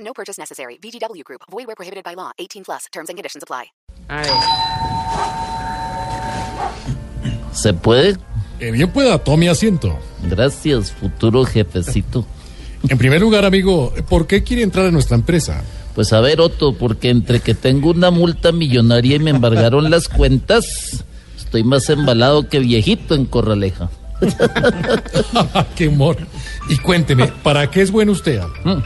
No purchase necessary. VGW Group. Void where prohibited by law. 18 plus. Terms and conditions apply. Ay. ¿Se puede? Que Eh, bien pueda, tome asiento. Gracias, futuro jefecito. En primer lugar, amigo, ¿por qué quiere entrar a nuestra empresa? Pues a ver, Otto, porque entre que tengo una multa millonaria y me embargaron las cuentas, estoy más embalado que viejito en Corraleja. ¡Qué humor! Y cuénteme, ¿para qué es bueno usted? Mm,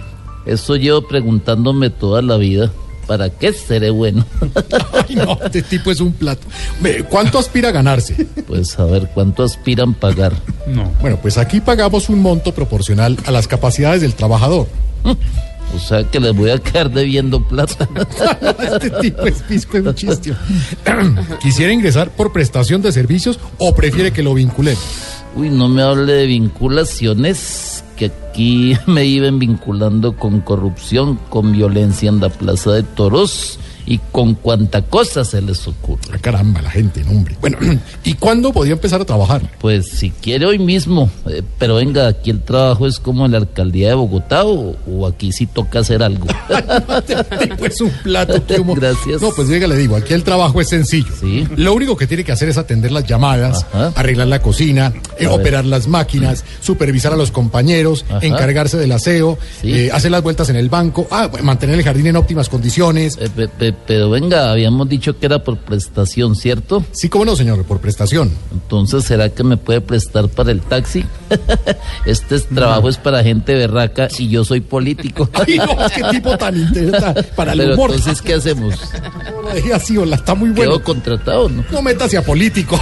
Eso llevo preguntándome toda la vida. ¿Para qué seré bueno? Ay, no, este tipo es un plato. Ve, ¿Cuánto aspira a ganarse? Pues a ver, ¿cuánto aspiran pagar? No. Bueno, pues aquí pagamos un monto proporcional a las capacidades del trabajador. O sea que les voy a quedar debiendo plata. Este tipo es pisco, es un chiste. ¿Quisiera ingresar por prestación de servicios o prefiere que lo vinculemos? Uy, no me hable de vinculaciones, que aquí me iban vinculando con corrupción, con violencia en la Plaza de Toros y con cuanta cosa se les ocurre. Ah, caramba, la gente, no, hombre. Bueno, ¿y cuándo podía empezar a trabajar? Pues si quiere hoy mismo, eh, pero venga, aquí el trabajo es como en la alcaldía de Bogotá o, o aquí sí toca hacer algo. Eh, Este tipo es un plato, qué humor. Gracias. No, pues llega, le digo, aquí el trabajo es sencillo. Sí. Lo único que tiene que hacer es atender las llamadas, Ajá. arreglar la cocina, eh, operar las máquinas, supervisar a los compañeros, Ajá. encargarse del aseo, Sí. eh, hacer las vueltas en el banco, ah, bueno, mantener el jardín en óptimas condiciones. Eh, pe- pe- pero venga, habíamos dicho que era por prestación, ¿cierto? Sí, cómo no, señor, por prestación. Entonces, ¿será que me puede prestar para el taxi? este es- trabajo es para gente berraca y yo soy político. Ay, no, qué tipo tan interesante para el Pero humor. entonces, ¿qué hacemos? No lo dejé así, hola, está muy ¿Quedó bueno. contratado o no? No metas a político.